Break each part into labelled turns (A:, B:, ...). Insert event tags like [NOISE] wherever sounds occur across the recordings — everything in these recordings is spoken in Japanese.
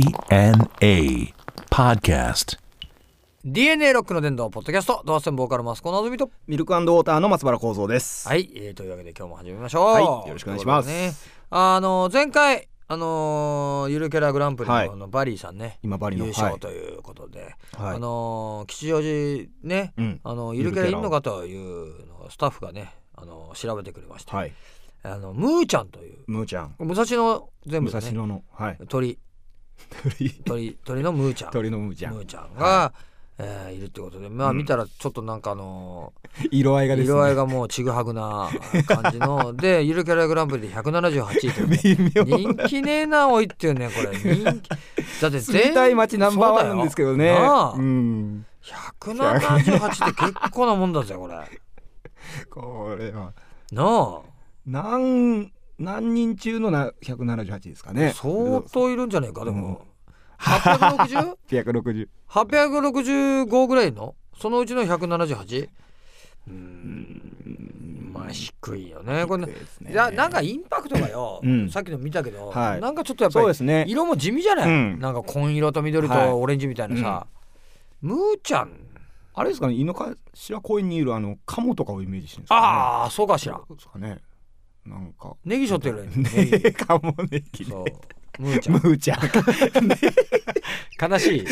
A: DNA Podcast.
B: DNA ロックの伝道ポッドキャストドアセンボーカルマスコのぞみと
C: ミルクウォーターの松原幸三です。
B: はい、えー、というわけで今日も始めましょう、
C: はいよろしくお願いします
B: とうことでねあの前回あのーゆるキャラグランプリの,、
C: はい
B: あのバリーさんね
C: 今バリの
B: 優
C: は
B: 勝
C: い
B: ということで、
C: はい
B: あのー吉祥寺ね、
C: うん
B: あのゆるキャラいるのかというのをスタッフがねあの調べてくれました、
C: はい。
B: あのムーちゃんという
C: ムーちゃん。
B: 武蔵野全
C: 武
B: 部で
C: 蔵
B: ね
C: 野の、はい。
B: 鳥
C: 鳥
B: 鳥鳥のムーちゃん
C: 鳥のムーちゃ
B: ムー
C: ん。
B: ちゃんが、えーいるってことでまあ、見たらちょっとなんかあのー
C: 色合いがですね。
B: 色合いがもうちぐはぐな感じ
C: [LAUGHS]
B: のでゆるキャラグランプリで178位というね
C: 微妙。
B: 人気ねえなおいっていうねこれ人気だって
C: 住みたい街ナンバーワンなんですけどね。
B: そうだよなあ
C: うん。
B: 178って結構なもんだぜこれな
C: これは。
B: あ
C: 何、何人中のな178ですかね。
B: 相当いるんじゃねえかでも 860?865
C: 860。
B: ぐらいのそのうちの 178? うーんまあ低いよねこれね
C: です
B: いやなんかインパクトがよ、
C: うん
B: さっきの見たけど、
C: はい
B: なんかちょっとやっぱ
C: そう
B: り
C: ですね。
B: 色も地味じゃない、
C: うん
B: なんか紺色と緑
C: はい
B: とオレンジみたいなさ、ムーちゃん
C: あれですかね、井の頭公園にいるあの、カモとかをイメージしてるんですかね。
B: ああ、そうかしら
C: そうですかね。なんか。
B: ネギしょって
C: [LAUGHS]
B: るよねネ
C: ねえ、カモネ
B: ギ
C: キね。
B: そうムーちゃ
C: ム
B: ん
C: ーちゃん。
B: 悲し
C: [LAUGHS]
B: い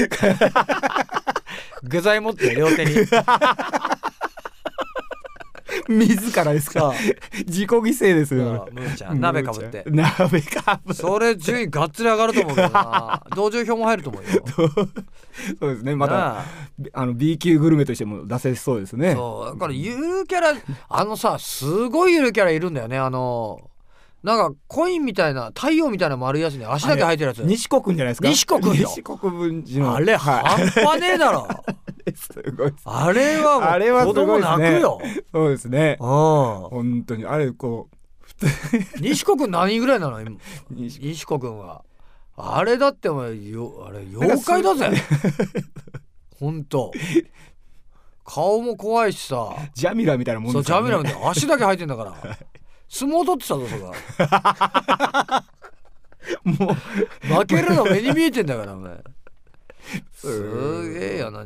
B: 具材持って両手に [LAUGHS]
C: 自らですか
B: そう
C: 自己犠牲で
B: そ
C: す
B: う
C: よ
B: ムーちゃん鍋かぶって
C: 鍋かぶ
B: それ順位がっつり上がると思うけどな同情票も入ると思うよ
C: そうですね [LAUGHS] また
B: なあ
C: あの B 級グルメとしても出せそうですね
B: そうだからゆるキャラあのさすごいゆるキャラいるんだよねあのなんかコインみたいな太陽みたいな丸いやつに足だけ生えてるやつ
C: 西国んじゃないですか
B: 西国よ
C: 西国分寺の
B: あれ
C: は
B: 半端ねえ
C: [LAUGHS]
B: だろ
C: いすごい
B: あれは
C: あれは
B: もう子
C: す
B: 供
C: ごいです
B: 泣
C: ね
B: く
C: [LAUGHS]
B: よ、
C: そうですね
B: う
C: 本当にあれこ
B: ん西子くん何位ぐらいなの今
C: う西
B: 西子くんはあれだってお前よあれ妖怪だぜほんと顔も怖いしさ
C: ジャミラみたいなもん
B: そう
C: です
B: ジ
C: から
B: ャ
C: ね
B: ミラみたいな足だけ生えてんだ
C: [LAUGHS]
B: から相撲取ってたぞそれは
C: [LAUGHS] もう
B: 負けるの目に見えてんだからお前す
C: す
B: げえよな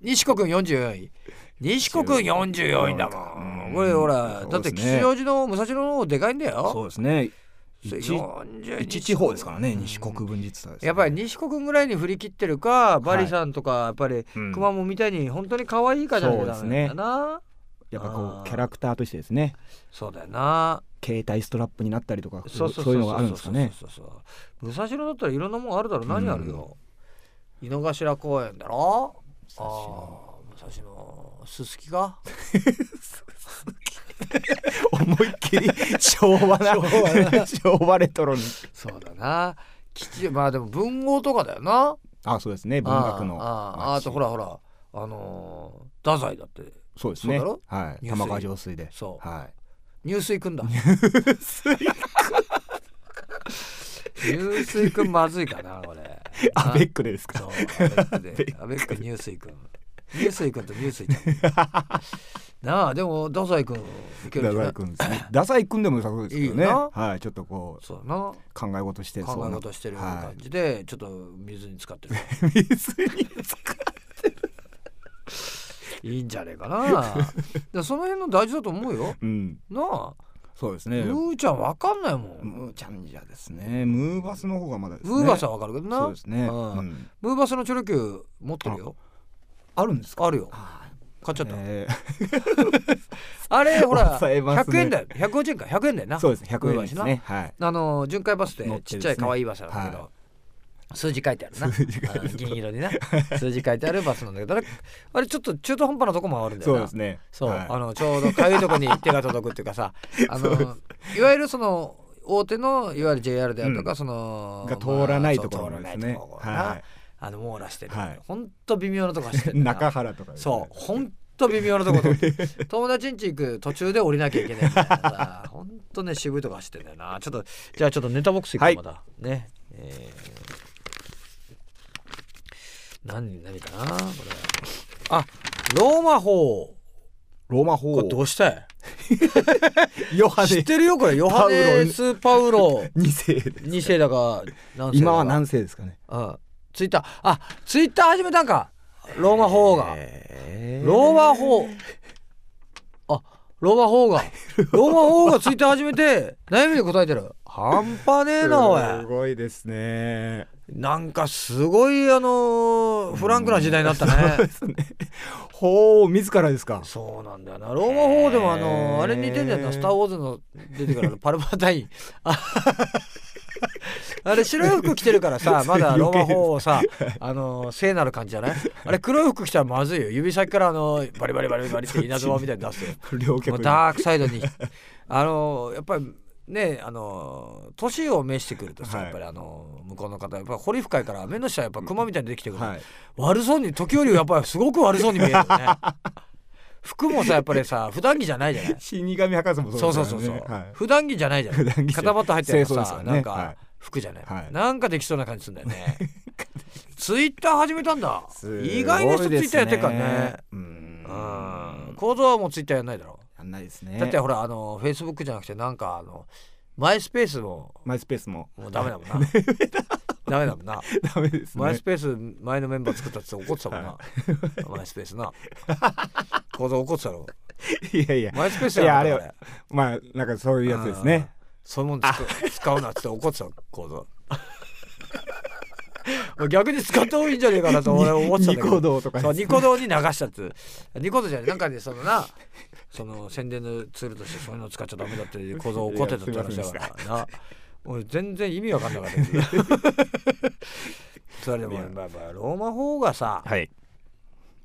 B: 西子くん44位西子くん44位だも
C: うんん
B: これほらだ
C: そ
B: っ
C: うで
B: て
C: すね
B: 吉祥寺の武蔵野の方でかいんだ
C: そ
B: よ
C: うですね一
B: 42
C: 一地方ですからね西国分寺ってさ
B: やっぱり西子くんぐらいに振り切ってるかバリさんとかやっぱり
C: うん
B: くまモンみたいに本当に可愛いかじゃなきゃダメなんだな
C: やっぱ
B: あ
C: こ
B: ー
C: うキャラクターとしてですね
B: そうだよな
C: 携帯ストラップになったりとか
B: そ
C: そうう
B: そう
C: そういうのがあるんですかね
B: そうそうそうそう武蔵野だったらいろんなもんあるだろ何あるよ井の頭公園だろああ武蔵野すすきか
C: 思いっきり昭和な昭和レトロに
B: そうだな吉まあでも文豪とかだよな
C: あそうですね文学の
B: あああああとほらほらあのー太宰だって
C: そうです
B: そう
C: ね
B: だろ
C: はい
B: 入水
C: 玉川上水で
B: そう
C: はい
B: 入水くんだ入水くんまずいかなこれ
C: あベックでですか
B: そうア
C: [LAUGHS]
B: ベックでアベック入水くん入水くんと入水ちゃん
C: [LAUGHS]
B: なあでも太宰くんいける
C: ダ
B: じゃな
C: サ
B: い
C: イくんですねダサイくんでも良さそうですけどね
B: いいよ
C: はいちょっとこう
B: そうだな
C: 考え事してそう
B: 考
C: な
B: え事してるような
C: は
B: 感じで、ちょっと水に浸かって
C: [LAUGHS]
B: る
C: い水に使
B: いいんじゃねえかなでその辺の大事だと思 [LAUGHS] うよ
C: ううん
B: なあ
C: そうですね
B: ムーちゃんわかんないもん
C: ムーちゃんじゃですねムーバスの方がまだですね
B: ムーバスはわかるけどな
C: そうですね
B: うん
C: うん
B: ムーバスのチョロ Q 持ってるよ
C: あるんですか
B: あるよ買っちゃった、
C: え
B: あれほら、
C: [LAUGHS] 抑えますね
B: 100円だよ150円か100円だよ
C: ー
B: な
C: そうですね100
B: ムー
C: 円
B: バ
C: で
B: ス
C: す
B: な
C: ねはい
B: あの巡回バスで
C: 乗っ
B: ち
C: て
B: っ
C: る
B: ちゃい可愛いバスなんだけど、
C: は
B: 数字書いてあるなあの銀色にな数字書いてあるバスなんだけどあれあれちょっと中途半端なとこもあるんだよ
C: そう
B: な
C: ですね
B: そう
C: はい
B: あのちょうどかゆいとこに手が
C: [LAUGHS]
B: 届くっていうかさあのいわゆるその大手のいわゆる JR であるとか、
C: う
B: その
C: が通らないところ
B: まあ
C: です
B: そう通らない
C: ね
B: ところな
C: はい
B: あの網羅してる、
C: はい
B: ほんと微妙なとこ走ってる
C: [LAUGHS] 中原とかですね
B: そうほんと微妙なとこ通って
C: [LAUGHS]
B: 友達ん家行く途中で降りなきゃいけないみたいなさほんとね渋いとこ走ってんだよなちょっとじゃあちょっとネタボックス行こう、
C: はい
B: まだねえー何何かなこれあローマ法
C: ローマ法
B: これどうしたい
C: ヨハ
B: 知っ
C: ネ
B: てるよこれヨハネス・パウロ [LAUGHS]
C: 二世で
B: 2世だか何世だか
C: 今は何世ですかね
B: うんツイッターあツイッター始めたんかローマ法が、ローマ法あローマ法がローマ法がツイッター始めて悩みに答えてる半端ねえなおい
C: すごいですね
B: なんかすごいあのーフランクな時代になったね
C: ですね法王自らですか
B: そうなんだよなローマ法でもあのーあれ似てんだよ
C: へ
B: な「
C: ー
B: スター・ウォーズ」の出てから
C: [LAUGHS]
B: のパルパタイン [LAUGHS] ああれ白い服着てるから
C: [LAUGHS]
B: さまだローマ法をさあのー聖なる感じじゃないあれ黒い服着たらまずいよ指先からあのーバリバリバリバリって稲妻みたいに出すよ
C: 両脚
B: もう
C: に
B: ダークサイドにあのやっぱりねあの年を召してくるとさ、
C: はい
B: やっぱりあの向こうの方やっぱ堀深いから目の下はやっぱ熊みたいにできてくる、
C: はい
B: 悪そうに時折やっぱりすごく悪そうに見え
C: [LAUGHS]
B: るよね服もさやっぱりさ普段着じゃないじゃない
C: 死神博士も
B: そ
C: そうう
B: そ
C: で
B: う
C: す
B: そ
C: よ
B: う
C: ね
B: そう、
C: はい
B: 普段着じゃないじゃない
C: 普段着じゃ
B: 肩パッド入ってる
C: 清掃
B: から
C: です
B: さ、
C: からね
B: なんか、
C: はい
B: 服じゃない、
C: はい
B: なんかできそうな感じするんだよ
C: [LAUGHS]
B: ねツイッター始めたんだ
C: すごいですね
B: 意外な人ツイッターやってるからね
C: う
B: うん
C: ん
B: 構造はもうツイッターやんないだろ
C: やんないですね
B: だってほらあのフェイスブックじゃなくてなんかあのマイスペースも
C: マイスペースも
B: もうダメだもんなダメだもんな、
C: [LAUGHS] ダメです
B: マイ
C: ね
B: スペース前のメンバー作ったって怒ってたもんな、マイスペースな構造怒ってたろ
C: いやいや
B: マイスペースや
C: いやあれまあなんかそういうやつですね
B: そういうもん使う使うなっつって怒ってた構造もう [LAUGHS] 逆に使った方がいいんじゃねえかなと俺思ってたん
C: ニ
B: だけ
C: コ
B: ど
C: 動とか
B: そう
C: です
B: ニコ動に流したっつうニコ動じゃないなんかねそのなその宣伝のツールとしてそういうの使っちゃダメだって
C: [LAUGHS]
B: いう構造怒ってたって話だからな俺全然意味わかんなかったけど
C: [LAUGHS]
B: それでもまあまあローマ法がさ
C: はい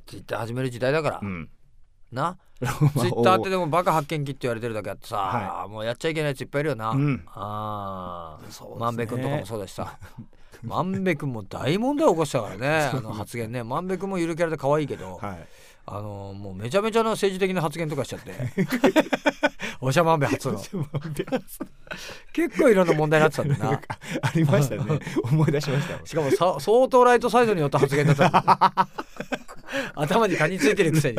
B: ツイッター始める時代だから、
C: うん
B: な
C: ローマ
B: ツイ
C: 法
B: ッターってでもバカ発見機って言われてるだけあってさ、
C: は
B: もうやっちゃいけないやついっぱいいるよな、
C: うん
B: ああ
C: そうですね
B: 万べくんとかもそうだしさ [LAUGHS] 万べくんも大問題起こしたからねあ
C: [LAUGHS]
B: の発言ね万べくんもゆるキャラで可愛いけど、
C: はい
B: あのもうめちゃめちゃな政治的な発言とかしちゃって
C: [LAUGHS]
B: おしゃまんべ初の結構いろんな問題になってたんだ
C: なん
B: な
C: かありましたね思い出しましたよ
B: しかもさ
C: [LAUGHS]
B: 相当ライトサイドによった発言だったの頭にカニついてるくせに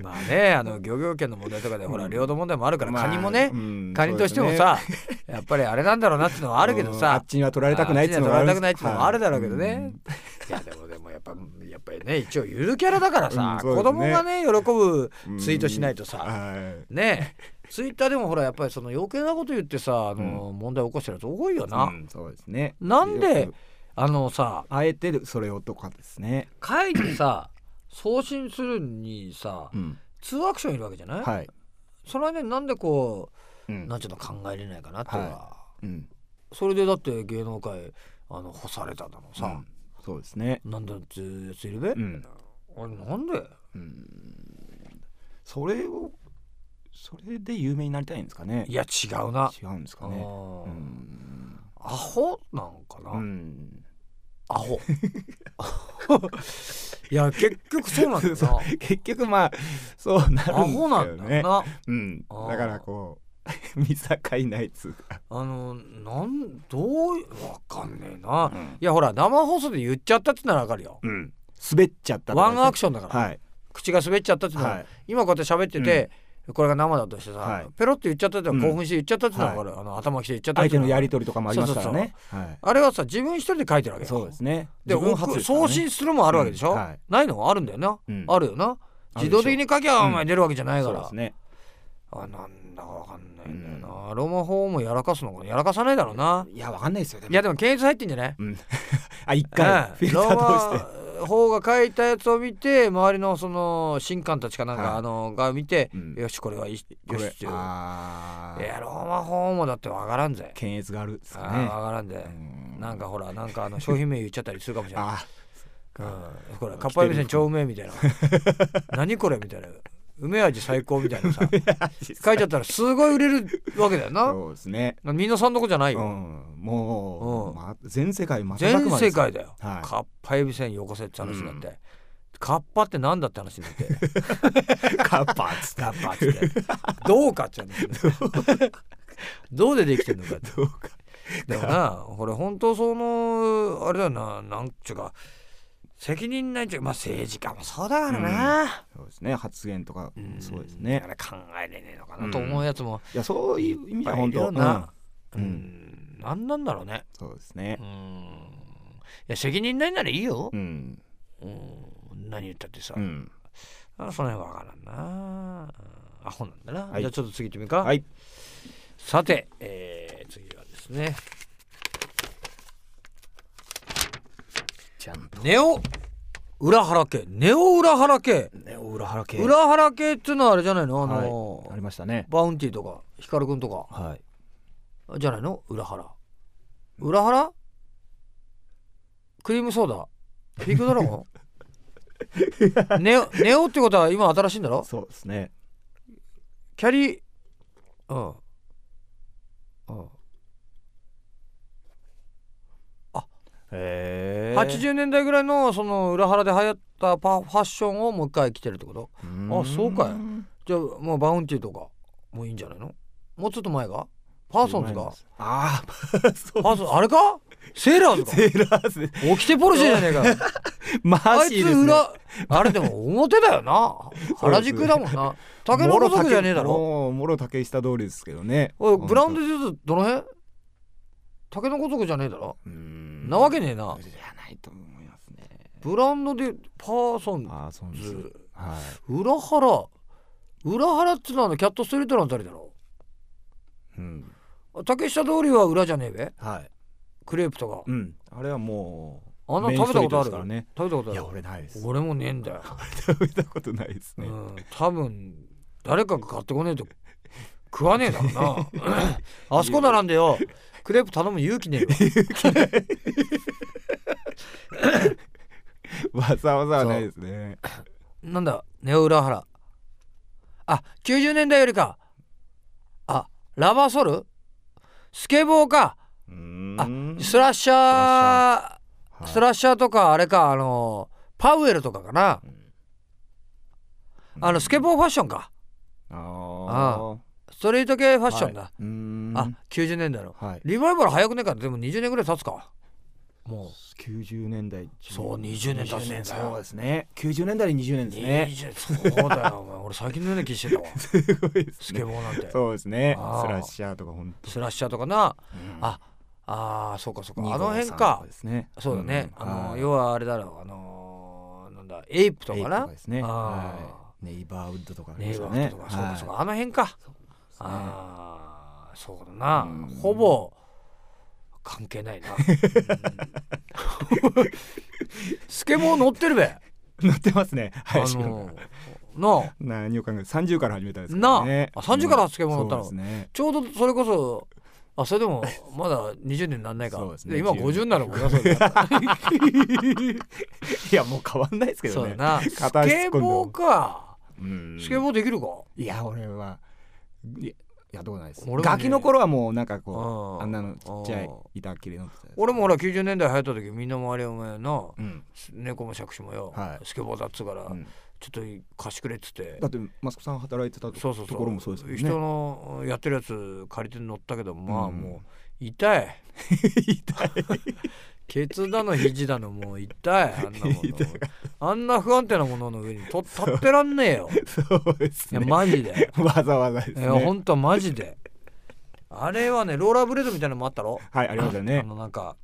B: まあねあの漁業権の問題とかでほら領土問題もあるから
C: まあ
B: カニもね、
C: うん
B: カニとしても
C: そう
B: さ、やっぱりあれなんだろうなっていうのはあるけど
C: うんあ
B: さ
C: っちには取られたくないっていうのが
B: あ
C: あ
B: っちには取られた
C: る
B: くないっていうのもあるだろうけどね、
C: はい
B: いやでもでもやっぱやっぱりね一応ゆるキャラだからさ、
C: うんそうですね
B: 子供がね喜ぶ
C: う
B: [LAUGHS]
C: ん
B: ツイートしないとさ、
C: はい
B: ねえツイッターでもほらやっぱりその余計なこと言ってさあの、問題起こしてるやつ多いよな、
C: うんそうですね
B: なんで
C: よく
B: あの
C: [CLEARS THROAT]
B: さ
C: あえてそれをとかですね
B: 会議さ送信するにさ、
C: うん
B: ツーアクションいるわけじゃない、
C: はい
B: それはねなんでこ
C: う
B: うんなんちゅうの考えれないかなっていうか、
C: うん
B: それでだって芸能界あの干されただの
C: う
B: さ
C: ん、そうですね
B: なんだってやついるべ、
C: うん
B: あれなんで
C: それをそれで有名になりたいんですかね
B: いや違うな、
C: 違うんです
B: あ
C: かね
B: ー
C: うん
B: アホなんかな、
C: うん
B: アホ [LAUGHS] いや結局そうなんだよな
C: 結局まあ [LAUGHS] そうな
B: ア
C: るんです
B: ホなんだ
C: よね
B: よな
C: うん
B: あー
C: だからこう [LAUGHS] 見境ないっつうか
B: あのなんどういわかんねえな、いやほら生放送で言っちゃったってならわかるよ
C: うん滑っちゃったとか
B: ワ
C: ね
B: ンアクションだから、
C: はい
B: 口が滑っちゃったってのは、
C: はい
B: 今こうやって喋ってて、これが生だとしてさ、
C: はい
B: ペロって言っちゃったってのは
C: うん
B: 興奮して言っちゃったってのはわかる、あの頭きて言っちゃったって
C: 相手
B: の
C: の
B: は
C: やり取りとかもありますからねはい
B: あれはさ自分一人で書いてるわけよ
C: そうですね
B: で
C: 自分
B: 送
C: 発ですからね
B: 送信するもあるわけでしょ、
C: うんはい
B: ないのあるんだよな、
C: うん
B: あるよな
C: あ
B: 自
C: るでし
B: 動
C: ょ
B: 的に書きゃ
C: うん
B: お前出るわけじゃないから、
C: そうですね
B: あなんだかわかんないんだよな、ロマ法もやらかすのかやらかさないだろうない
C: やわかんないですよでも
B: いやでも検閲入ってんじゃない
C: うん [LAUGHS] あ一回フ
B: う
C: ィ
B: ん
C: ルタ
B: ロ
C: ー通して
B: ーマ法が書いたやつを見て周りのその神官たちかなんか、
C: はい
B: あのが見て、
C: うん
B: よしこれはいいよしっていういや
C: あ
B: ローマ法もだってわからんぜ、
C: 検閲があるです
B: あ
C: か
B: ー
C: ね
B: わからんで
C: う、ん
B: なんかほらなんかあの商品名言っちゃったりするかもしれない
C: [LAUGHS] あ
B: うん、これかっぱえびせん超うめえみたいな何これみたいな梅味最高みたい
C: [LAUGHS]
B: なさ書いちゃったらすごい売れるわけだよな
C: そうですね
B: みんなさんのこじゃない
C: うん
B: よ、
C: も
B: うん
C: うま全世界また
B: 全世界だよ、
C: はい
B: かっぱえびせんよこせって話になって、かっぱってなんだって話になって
C: カッパーっつって
B: かっぱっつってどうかって話になってどうでできてんのかって
C: どうか
B: だからこれ本当そのあれだよななんちゅうか責任ないっていうかまあ政治家もそうだからな、
C: そうですね発言とか
B: ん
C: そうです
B: だ
C: ね
B: から考えれねえのかなと思うやつも
C: いやそういう意味では本
B: いっぱいい
C: 当
B: るな
C: う
B: うんん、う
C: う
B: んん、何なんだろうね
C: そうですね
B: うんいや責任ないならいいよ
C: う、ん
B: うん、何言ったってさ、
C: うん
B: あその辺わからんなうんアホなんだな、
C: はい
B: じゃあちょっと次行ってみるか、
C: はい
B: さて、えー、次はですね
C: ちゃんと
B: ネオ裏原家ネオ裏原家
C: ね裏腹系
B: 裏原家っていうのはあれじゃないのあの
C: はい、ありましたね
B: バウンティーとか光くんとか
C: はい
B: じゃないの裏原裏原クリームソーダピンクドラゴンネオネオってことは今新しいんだろ
C: そうですね
B: キャリーうんうん
C: へ
B: 80年代ぐらいのその裏腹で流行ったパファッションをもう一回着てるってことあそうかいじゃあもうバウンティーとかもういいんじゃないのもうちょっと前がパーソンズか
C: ああパー [LAUGHS] ソン
B: パーソンあれかセーラーズか
C: [LAUGHS] セーラーズ
B: 起きてポルシェじゃねえかよ
C: マ
B: あい
C: ジ
B: つ
C: ですね
B: 裏あれでも表だよ
C: [LAUGHS]
B: な原宿だもんな竹の子族じゃねえだろ
C: もうもろ竹下通りですけどね
B: おいブラウンドジュースどの辺竹の子族じゃねえだろな
C: な
B: わけねえな
C: じゃないと思いますね
B: ブランドでパーソン
C: ああそうです
B: ズ
C: は
B: 裏原裏原っつうのはあのキャットストリートのあたりだろ
C: いうん
B: 竹下通りは裏じゃねえべ
C: はい
B: クレープとか
C: うんあれはもう
B: あんなの食べたことあ
C: メインストリートです
B: る
C: からね
B: 食べたことあ
C: い
B: る
C: や俺ないです
B: 俺もねえんだよ、
C: [LAUGHS] 食べたことないです
B: う
C: ね
B: ん、多分誰かが買ってこねえと食わねえだろうな [LAUGHS] あそこ並んでよクレープ頼む勇気ねえよ
C: わざわざはないですね
B: [LAUGHS] なんだネオ裏原あ90年代よりかあラバーソルスケボーか
C: うーん
B: スラッシャ
C: は
B: ー
C: い
B: スラッシャーとかあれかあのパウエルとかかなあのスケボーファッションか
C: あ
B: あ
C: ー
B: ストリート系ファッションだ、
C: うーん
B: あ90年代の
C: はい
B: リバイバル早くねえからでも20年ぐらい経つかも
C: 90年代
B: そう20年経つんだよ
C: そうですね90年代に20年
B: う
C: ですね
B: 20そうだよお前俺最近のような気
C: [LAUGHS]
B: してたわ
C: すごいです
B: スケ
C: ね
B: ボーなんて
C: そうですね
B: あー
C: スラッシャーとか本
B: スラッシャーとかな
C: 当
B: ああーそうかそうか
C: うん
B: あの辺
C: 253と
B: か
C: ですね
B: そうだね、
C: うん
B: あの
C: はい
B: 要はあれだろうあのーなんだエイプとか
C: エイ
B: な
C: プですね
B: あー
C: はいネイバーウッドとかあり
B: ネイ
C: ました
B: バ
C: ね
B: ーとか、そう
C: は
B: か
C: い
B: そうかあの辺か
C: ね
B: ああそうだな、
C: うん
B: ほぼ関係
C: [LAUGHS]
B: ないな、うん [LAUGHS] スケボー乗ってるべ
C: 乗ってますね
B: あ
C: はい
B: のなあ
C: 何を考え30から始めたんですね
B: なあ30からスケボー乗ったの
C: そうですね [LAUGHS]
B: ちょうどそれこそあそれでもまだ20年なんないか、
C: [LAUGHS] そうですね
B: で今50になる
C: [LAUGHS]
B: もんなそれ
C: いやもう変わんないですけ
B: そ
C: ど
B: う
C: ね
B: だなス
C: 片足突っ込
B: ケ
C: んでも
B: ボーか
C: うん
B: スケボーできるか、
C: いや俺はいやいやどうないです
B: 俺もね
C: ガキの頃はもうなんか
B: う
C: こうあんなのちっちゃい
B: うん
C: 板切れ乗ってたやつ
B: 俺もほら90年代流行った時みんな周りお前な
C: うん
B: 猫も杓子もよ、
C: はい
B: スケボーだっつうから、
C: うん
B: ちょっと貸してくれっつって
C: だってマスコさん働いてたと
B: そうそうそう
C: ところもそうですよね
B: 人のやってるやつ借りて乗ったけどまあ
C: うん
B: もう痛い
C: 痛い
B: ケツだの肘だのもう痛いあんなもの
C: 痛
B: あんな不安定なものの上にと立ってらんねえよ
C: [LAUGHS] そうです
B: いや
C: ね
B: マジで、
C: わざわざです
B: い
C: ね
B: や本当はマジであれはねローラーブレードみたいなのもあったろ
C: はいありました
B: あ
C: ね
B: のなんか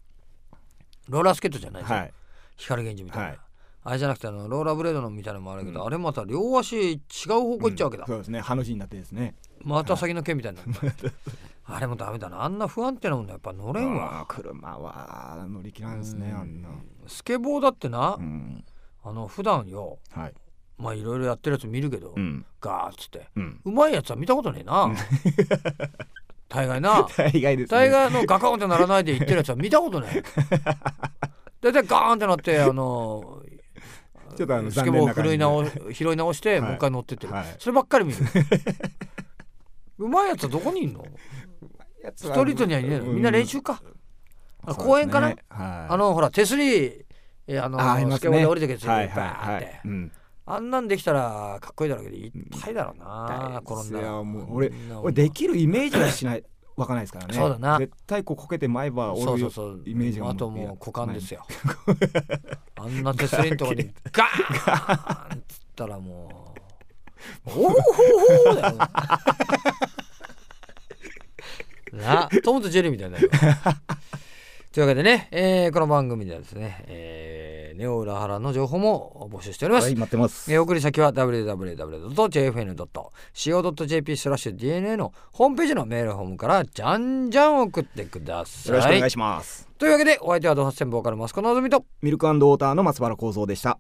B: ローラースケートじゃないじゃん、
C: はい
B: 光源氏みたいな、
C: はい
B: あれじゃなくてあのローラーブレードのみたいなのもあるけど、
C: うん
B: あれまた両足違う方向行っちゃうわけだ、
C: そうですねハの字になってですね
B: また先の剣みたいになる、
C: [LAUGHS]
B: あれもダメだなあんな不安定なもんだやっぱ乗れんわ
C: あー車は乗り切らんですね
B: うん
C: あんな
B: スケボーだってな、
C: うん
B: あの普段よ
C: はい
B: まあいろいろやってるやつ見るけど、
C: うん
B: ガーッつって
C: うん
B: うまいやつは見たことねえな [LAUGHS] 大概な
C: 大概ですね
B: 大概のガカンってならないで行ってるやつは見たことねえ大体ガーンってなってあの
C: ちょっとあの
B: スケ
C: 残
B: ボ
C: 念
B: ー
C: な感
B: 拾
C: じ
B: い直拾い直して、
C: はい
B: もう一回乗ってってる、
C: はい
B: そればっかり見るうまいやつはどこにいんのストリートにはいねえのみんな練習か、あ公園かな、あ
C: あ
B: のほら手すりえあの
C: あありますね
B: スケボーで降りてくやつ
C: は
B: バ
C: いはい
B: ー
C: は
B: って、
C: いうん
B: あんなんできたらかっこいいだろうけど痛いだろうな、
C: 大変です
B: 転んだ
C: い
B: ら
C: やもう俺
B: みんな
C: 俺できるイメージはしない湧かないですからね
B: そうだな
C: 絶対こうこけて前歯折
B: そう
C: る
B: そ
C: よ
B: うそう
C: イメージが
B: あと
C: い
B: も
C: や
B: う股間ですよあんな手すりんとこ [LAUGHS] にガーンっつったらもう「おおほほだよもうなトムとジェリーみたいになるよというわけでね、えーこの番組ではですね、えーネオ裏腹の情報も募集しております
C: はい、待ってます
B: えーお送り先は www.jfn.co.jp スラッシュ DNA のホームページのメールフォームからじゃんじゃん送ってください。
C: よろしくお願いします
B: というわけでお相手はドハッセンボーカルマスコのぞみと
C: ミルクウォーターの松原幸三でした